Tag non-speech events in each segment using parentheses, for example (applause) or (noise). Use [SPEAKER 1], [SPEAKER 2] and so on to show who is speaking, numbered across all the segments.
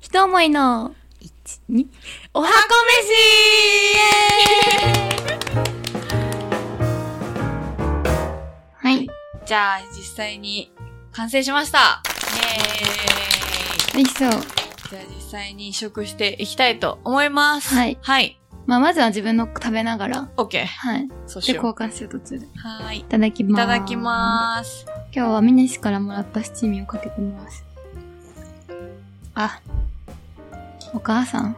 [SPEAKER 1] ひと思いの1、2、おはこ飯はい。
[SPEAKER 2] じゃあ、実際に完成しましたイ
[SPEAKER 1] できそう。
[SPEAKER 2] エーイじゃあ、実際に試食していきたいと思います。
[SPEAKER 1] はい。
[SPEAKER 2] はい。
[SPEAKER 1] まあ、まずは自分の食べながら。
[SPEAKER 2] OK。
[SPEAKER 1] はい。
[SPEAKER 2] そうし
[SPEAKER 1] で、交
[SPEAKER 2] よ。
[SPEAKER 1] 換しよう途中で。いう
[SPEAKER 2] はーい。い
[SPEAKER 1] ただきます。
[SPEAKER 2] ただきまーす。
[SPEAKER 1] す。今日はミネシからもらった七味をかけてみます。あ。お母さ
[SPEAKER 2] (laughs)
[SPEAKER 1] ん。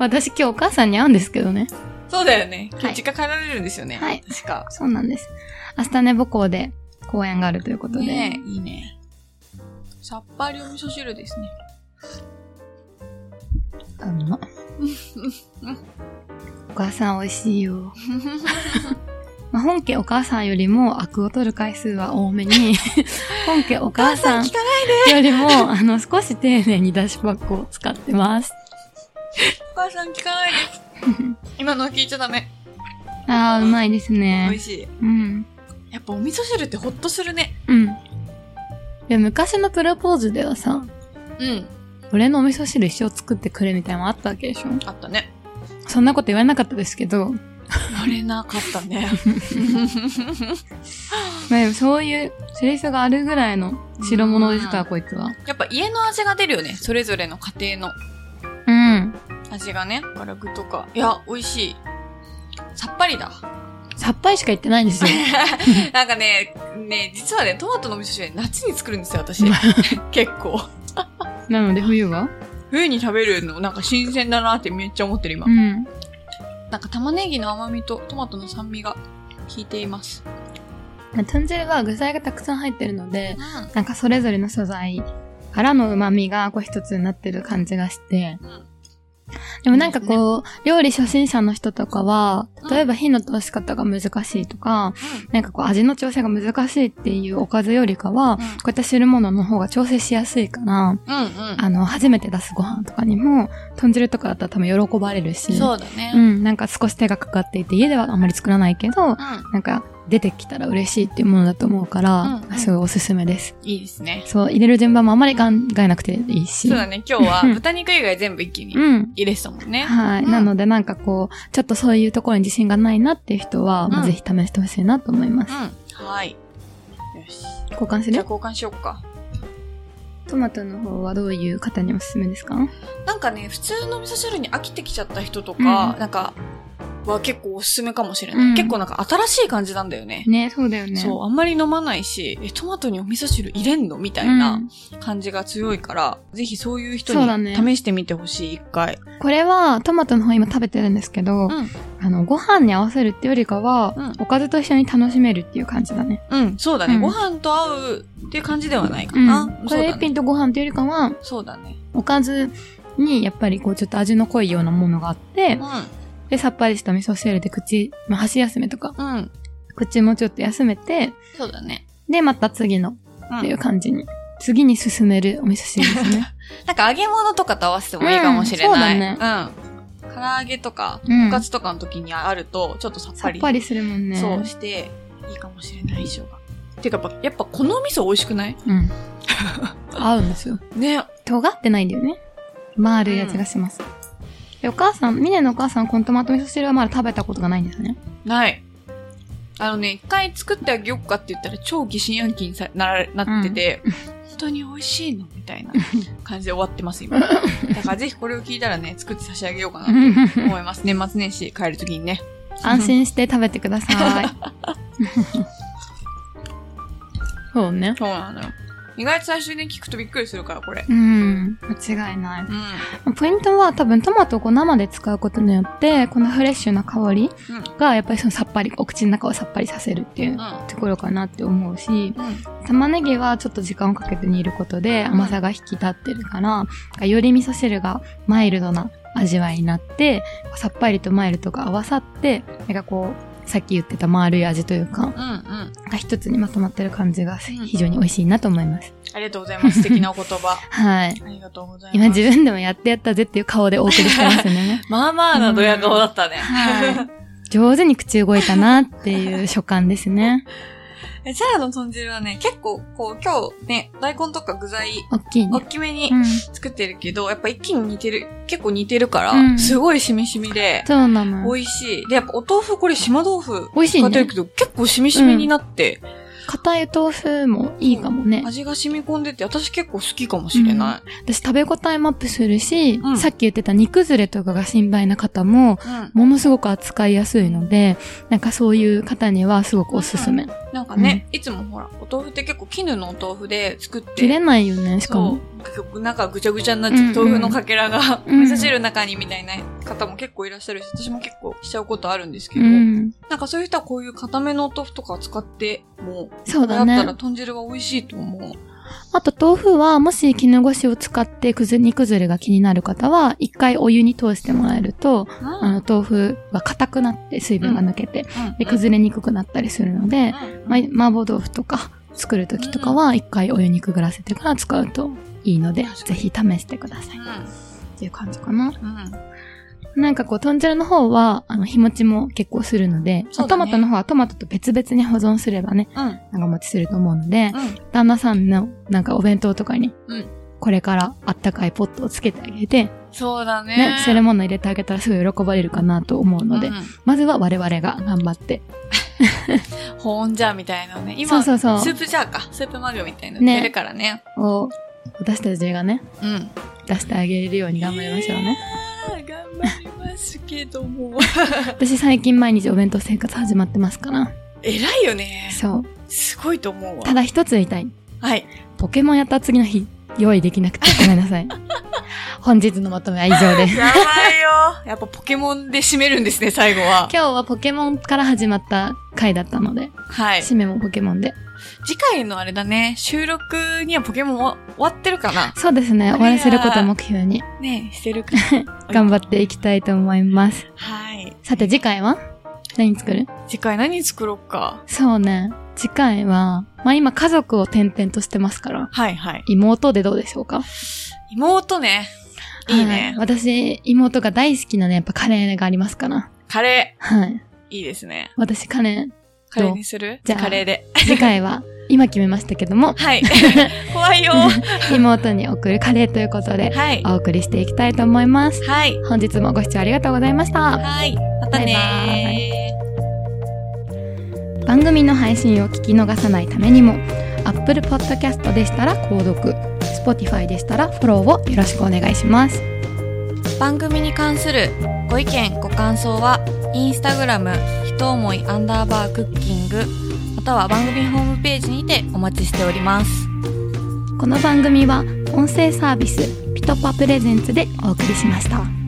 [SPEAKER 1] 私今日お母さんに会うんですけどね。
[SPEAKER 2] そうだよね。今
[SPEAKER 1] はい
[SPEAKER 2] 日実家帰られるんですよね。
[SPEAKER 1] はい
[SPEAKER 2] 確か。
[SPEAKER 1] そうなんです。明日ね、母校で公演があるということで。
[SPEAKER 2] ねえ、いいね。さっぱりお味噌汁ですね。
[SPEAKER 1] あう
[SPEAKER 2] (laughs)
[SPEAKER 1] ま。お母さん美味しいよ。まあ、本家お母さんよりも悪を取る回数は多めに、 (laughs) 本家お母さん
[SPEAKER 2] 聞かない
[SPEAKER 1] よりも、あの、少し丁寧に出しパックを使ってます。
[SPEAKER 2] お母さん聞かないで。
[SPEAKER 1] (laughs)
[SPEAKER 2] 今のは聞いちゃダメ。
[SPEAKER 1] ああ、うまいです
[SPEAKER 2] 美味
[SPEAKER 1] ね。
[SPEAKER 2] しい。
[SPEAKER 1] うん。
[SPEAKER 2] やっぱお味噌汁ってほっとするね。
[SPEAKER 1] うん。で、昔のプロポーズではさ、
[SPEAKER 2] うん。
[SPEAKER 1] 俺のお味噌汁一生作ってくれみたいなのあったわけでしょ
[SPEAKER 2] あったね。
[SPEAKER 1] そんなこと言われなかったですけど、
[SPEAKER 2] 言われなかったね。
[SPEAKER 1] まあでもそういうセリフがあるぐらいの白物ですから、
[SPEAKER 2] うん
[SPEAKER 1] こいつは。
[SPEAKER 2] (laughs) やっぱ家の味が出るよね。それぞれの家庭の
[SPEAKER 1] うん。
[SPEAKER 2] 味がね。ガラ具とか。いや、美味しい。さっぱりだ。
[SPEAKER 1] さっぱりしか言ってないん (laughs) ですよ。
[SPEAKER 2] なんかね、ね、実はね、トマトのお味噌汁夏に作るんですよ、 (laughs) 私。結構。
[SPEAKER 1] なので冬は
[SPEAKER 2] 冬に食べるのなんか新鮮だなってめっちゃ思ってる今。
[SPEAKER 1] うん。
[SPEAKER 2] なんか玉ねぎの甘みとトマトの酸味が効いています。
[SPEAKER 1] 豚汁は具材がたくさん入ってるので
[SPEAKER 2] う、ん。
[SPEAKER 1] なんかそれぞれの素材からの旨味がこう一つになってる感じがして。でもなんかこう、料理初心者の人とかは、例えば火の通し方が難しいとか、なんかこう味の調整が難しいっていうおかずよりかは、こういった汁物の方が調整しやすいから、
[SPEAKER 2] うん。うん。
[SPEAKER 1] あの、初めて出すご飯とかにも、豚汁とかだったら多分喜ばれるし。
[SPEAKER 2] そうだ
[SPEAKER 1] う
[SPEAKER 2] ね。
[SPEAKER 1] ん、なんか少し手がかかっていて、家ではあんまり作らないけど、
[SPEAKER 2] う
[SPEAKER 1] なんか出てきたら嬉しいっていうものだと思うから、
[SPEAKER 2] うんうん
[SPEAKER 1] すごいおすすめです。
[SPEAKER 2] ん。いいですね。
[SPEAKER 1] そう、入れる順番もあんまり考えなくていいし。
[SPEAKER 2] そうだね、今日は
[SPEAKER 1] うん
[SPEAKER 2] 豚肉以外全部一気に
[SPEAKER 1] うん。
[SPEAKER 2] 入れてたもんね。
[SPEAKER 1] はい。
[SPEAKER 2] うん
[SPEAKER 1] なのでなんかこう、ちょっとそういうところに自信がないなっていう人は、まあ
[SPEAKER 2] うん
[SPEAKER 1] ぜひ試してほしいなと思います。
[SPEAKER 2] うん。はい。よし。
[SPEAKER 1] 交換す
[SPEAKER 2] じゃあ
[SPEAKER 1] る
[SPEAKER 2] 交換しよっか。
[SPEAKER 1] トマトの方はどういう方におすすめですか
[SPEAKER 2] なんかね、普通の味噌汁に飽きてきちゃった人とか、
[SPEAKER 1] うん
[SPEAKER 2] なんか、は結構おすすめかもしれない。
[SPEAKER 1] うん
[SPEAKER 2] 結構なんか新しい感じなんだよね。
[SPEAKER 1] ね、そうだよね。
[SPEAKER 2] そう、あんまり飲まないし、え、トマトにお味噌汁入れんのみたい
[SPEAKER 1] うん
[SPEAKER 2] な感じが強いから、ぜひそういう人
[SPEAKER 1] そうだ
[SPEAKER 2] に
[SPEAKER 1] ね
[SPEAKER 2] 試してみてほしい、一回。
[SPEAKER 1] これは、トマトの方今食べてるんですけど、
[SPEAKER 2] うん
[SPEAKER 1] あの、ご飯に合わせるってよりかは、
[SPEAKER 2] うん
[SPEAKER 1] おかずと一緒に楽しめるっていう感じだね。
[SPEAKER 2] うん、そうだね。
[SPEAKER 1] うん
[SPEAKER 2] ご飯と合うっていう感じではないかな。
[SPEAKER 1] こ
[SPEAKER 2] そう
[SPEAKER 1] れ
[SPEAKER 2] だ
[SPEAKER 1] 一
[SPEAKER 2] ね。
[SPEAKER 1] 品とご飯というよりかは、
[SPEAKER 2] そうだね。
[SPEAKER 1] おかずにやっぱりこうちょっと味の濃いようなものがあって
[SPEAKER 2] う、
[SPEAKER 1] で、さっぱりした味噌汁で口、まあ、箸休めとか、
[SPEAKER 2] ん、うん。
[SPEAKER 1] 口もちょっと休めて、
[SPEAKER 2] そうだね。
[SPEAKER 1] で、また次の
[SPEAKER 2] うん
[SPEAKER 1] っていう感じに、次に進めるお味噌汁です
[SPEAKER 2] (laughs)
[SPEAKER 1] ね。
[SPEAKER 2] なんか揚げ物とかと合わせてもいいかもしれない。
[SPEAKER 1] う
[SPEAKER 2] うんん、
[SPEAKER 1] そう
[SPEAKER 2] 唐揚げとか、
[SPEAKER 1] うん
[SPEAKER 2] おかつとかの時にあると、ちょっとさっ
[SPEAKER 1] さ
[SPEAKER 2] ぱ
[SPEAKER 1] っ
[SPEAKER 2] り。
[SPEAKER 1] ぱりするもんね。
[SPEAKER 2] そうして、いいかもしれない、衣装が。てかやっぱ、やっぱこの味噌美味しくない
[SPEAKER 1] うん。合うんですよ。
[SPEAKER 2] ね。
[SPEAKER 1] 尖ってないんだよね。丸い味がします。でお母さん、ミネのお母さん、このトマト味噌汁はまだ食べたことがないんですね。
[SPEAKER 2] ない。あのね、一回作ってあげよっかって言ったら超疑心暗鬼にさならなってて、本当に美味しいのみ
[SPEAKER 1] (laughs)
[SPEAKER 2] たいな感じで終わってます、今。だからぜひこれを聞いたらね、作って差し上げようかなと思います。年末年始帰るときにね。
[SPEAKER 1] 安心して食べてください。
[SPEAKER 2] (laughs)
[SPEAKER 1] そうね。
[SPEAKER 2] そうなのよ。意外と最初にね聞くとびっくりするから、これ。
[SPEAKER 1] うん、間違いない。
[SPEAKER 2] うん。
[SPEAKER 1] ポイントは多分トマトをこう生で使うことによって、このフレッシュな香り
[SPEAKER 2] うん
[SPEAKER 1] がやっぱりそのさっぱり、お口の中をさっぱりさせるっていうところかなって思うし、
[SPEAKER 2] うん。うん。
[SPEAKER 1] 玉ねぎはちょっと時間をかけて煮ることで甘さが引き立ってるから、より味噌汁がマイルドな味わいになって、さっぱりとマイルドが合わさって、なんかこう、さっき言ってた丸い味というか、
[SPEAKER 2] うん。うん。
[SPEAKER 1] が一つにまとまってる感じが
[SPEAKER 2] うん
[SPEAKER 1] 非常に美味しいなと思います。
[SPEAKER 2] ありがとうございます。素敵なお言葉。
[SPEAKER 1] はい。
[SPEAKER 2] ありがとうございます。
[SPEAKER 1] 今自分でもやってやったぜっていう顔でお送りしてますよね。
[SPEAKER 2] まあまあなドヤ顔だったね。
[SPEAKER 1] はい。上手に口動いたなっていう所感ですね。
[SPEAKER 2] えチャラの豚汁はね、結構、こう、今日ね、大根とか具材、
[SPEAKER 1] (laughs) 大きい
[SPEAKER 2] 大
[SPEAKER 1] ね。
[SPEAKER 2] きめに
[SPEAKER 1] うん。
[SPEAKER 2] 作ってるけど、やっぱ一気に似てる、結構似てるから、
[SPEAKER 1] うん
[SPEAKER 2] すごいしみしみで、
[SPEAKER 1] そうなの。
[SPEAKER 2] 美味しい。で、やっぱお豆腐、これ島豆腐
[SPEAKER 1] 美味しい
[SPEAKER 2] 使ってる
[SPEAKER 1] ね
[SPEAKER 2] け。ど、結構しみしみになって、
[SPEAKER 1] 硬い豆腐もいいかもね。
[SPEAKER 2] 味が染み込んでて、私結構好きかもしれな
[SPEAKER 1] 私食べ応えもアップするし、
[SPEAKER 2] うん
[SPEAKER 1] さっき言ってた煮崩れとかが心配な方も、
[SPEAKER 2] い。うん。
[SPEAKER 1] ものすごく扱いやすいので、なんかそういう方にはすごくおすすめ。
[SPEAKER 2] なんかね、いつもほら、お豆腐って結構絹のお豆腐で作って、
[SPEAKER 1] 切れないよね、しかも。
[SPEAKER 2] そう結構中ぐちゃぐちゃになっちゃう、豆腐のかけらが、
[SPEAKER 1] うん
[SPEAKER 2] 味噌汁の中にみたいな方も結構いらっしゃるし、私も結構しちゃうことあるんですけ
[SPEAKER 1] う
[SPEAKER 2] ど、
[SPEAKER 1] ん。
[SPEAKER 2] なんかそういう人はこういう固めのお豆腐とか使っても、
[SPEAKER 1] そう
[SPEAKER 2] だ
[SPEAKER 1] だ
[SPEAKER 2] ったら
[SPEAKER 1] ね。
[SPEAKER 2] 豚汁は美味しいと思う。
[SPEAKER 1] あと豆腐は、もし絹ごしを使って崩れ煮崩れが気になる方は、一回お湯に通してもらえると、あの、豆腐は硬くなって水分が抜けて、
[SPEAKER 2] うん
[SPEAKER 1] で、崩れにくくなったりするので、
[SPEAKER 2] うん
[SPEAKER 1] ま、麻婆豆腐とか作るときとかは、一回お湯にくぐらせてから使うといいので、
[SPEAKER 2] 確か
[SPEAKER 1] ぜ
[SPEAKER 2] に
[SPEAKER 1] ひ試してください。っていう感じかな。
[SPEAKER 2] うん。うん。
[SPEAKER 1] なんかこう、豚汁の方は、あの、日持ちも結構するので、
[SPEAKER 2] そう
[SPEAKER 1] ト
[SPEAKER 2] だね
[SPEAKER 1] マトの方はトマトと別々に保存すればね、
[SPEAKER 2] うん。
[SPEAKER 1] 長持ちすると思うので、
[SPEAKER 2] うん。
[SPEAKER 1] 旦那さんのなんかお弁当とかに、
[SPEAKER 2] うん
[SPEAKER 1] これからあったかいポットをつけてあげて、
[SPEAKER 2] そうだね。
[SPEAKER 1] ね、それもの入れてあげたらすごい喜ばれるかなと思うので、
[SPEAKER 2] うん
[SPEAKER 1] まずは我々が頑張って。
[SPEAKER 2] 保温ジャーみたいなのね。今、
[SPEAKER 1] そうそうそう。
[SPEAKER 2] スープジャーか。スープマグみたいなの売ってるからね。
[SPEAKER 1] を私たちがね、
[SPEAKER 2] うん。
[SPEAKER 1] 出してあげれるように頑張りましょうね。
[SPEAKER 2] いやー。頑張りますけども。 (laughs)
[SPEAKER 1] 私最近毎日お弁当生活始まってますから。
[SPEAKER 2] 偉いよね。
[SPEAKER 1] そう。
[SPEAKER 2] すごいと思うわ
[SPEAKER 1] た。だ一つ言いたい。
[SPEAKER 2] はい。
[SPEAKER 1] ポケモンやった次の日、用意できなくてごめんな
[SPEAKER 2] (laughs)
[SPEAKER 1] さい。本日のまとめは以上です。
[SPEAKER 2] やばいよ。 (laughs) やっぱポケモンで締めるんですね、最後は。
[SPEAKER 1] 今日はポケモンから始まった回だったので、
[SPEAKER 2] はい。
[SPEAKER 1] 締めもポケモンで。
[SPEAKER 2] 次回のあれだね、収録にはポケモンは終わってるかな
[SPEAKER 1] そうですね、終わらせることを目標に
[SPEAKER 2] ねしてるかな
[SPEAKER 1] (laughs) 頑張っていきたいと思います。
[SPEAKER 2] はい。
[SPEAKER 1] さて次回は何作る
[SPEAKER 2] 次回何作ろうか。
[SPEAKER 1] そうね、次回は、まあ今家族を転々としてますから、
[SPEAKER 2] はいはい。
[SPEAKER 1] 妹でどうでしょうか
[SPEAKER 2] 妹ね。いいね
[SPEAKER 1] は。私、妹が大好きなね、やっぱカレーがありますから。
[SPEAKER 2] カレ
[SPEAKER 1] はい。
[SPEAKER 2] ー。いいですね。
[SPEAKER 1] 私カレー、
[SPEAKER 2] カレーにする
[SPEAKER 1] じゃあ
[SPEAKER 2] カレーで。
[SPEAKER 1] 次回
[SPEAKER 2] (laughs)
[SPEAKER 1] は、今決めましたけども、 (laughs)
[SPEAKER 2] はい。怖いよ。は
[SPEAKER 1] 妹に送るカレーということで、
[SPEAKER 2] い。
[SPEAKER 1] お送りしていきたいと思います。
[SPEAKER 2] はい。
[SPEAKER 1] 本日もご視聴ありがとうございました。
[SPEAKER 2] はい。またね
[SPEAKER 1] バイ
[SPEAKER 2] ー。
[SPEAKER 1] 番組の配信を聞き逃さないためにも Apple Podcast でしたら購読 Spotify でしたらフォローをよろしくお願いします
[SPEAKER 2] 番組に関するご意見ご感想はインスタグラムひと思いアンダーバークッキングまたは番組ホームページにてお待ちしております
[SPEAKER 1] この番組は音声サービスピトパプレゼンツでお送りしました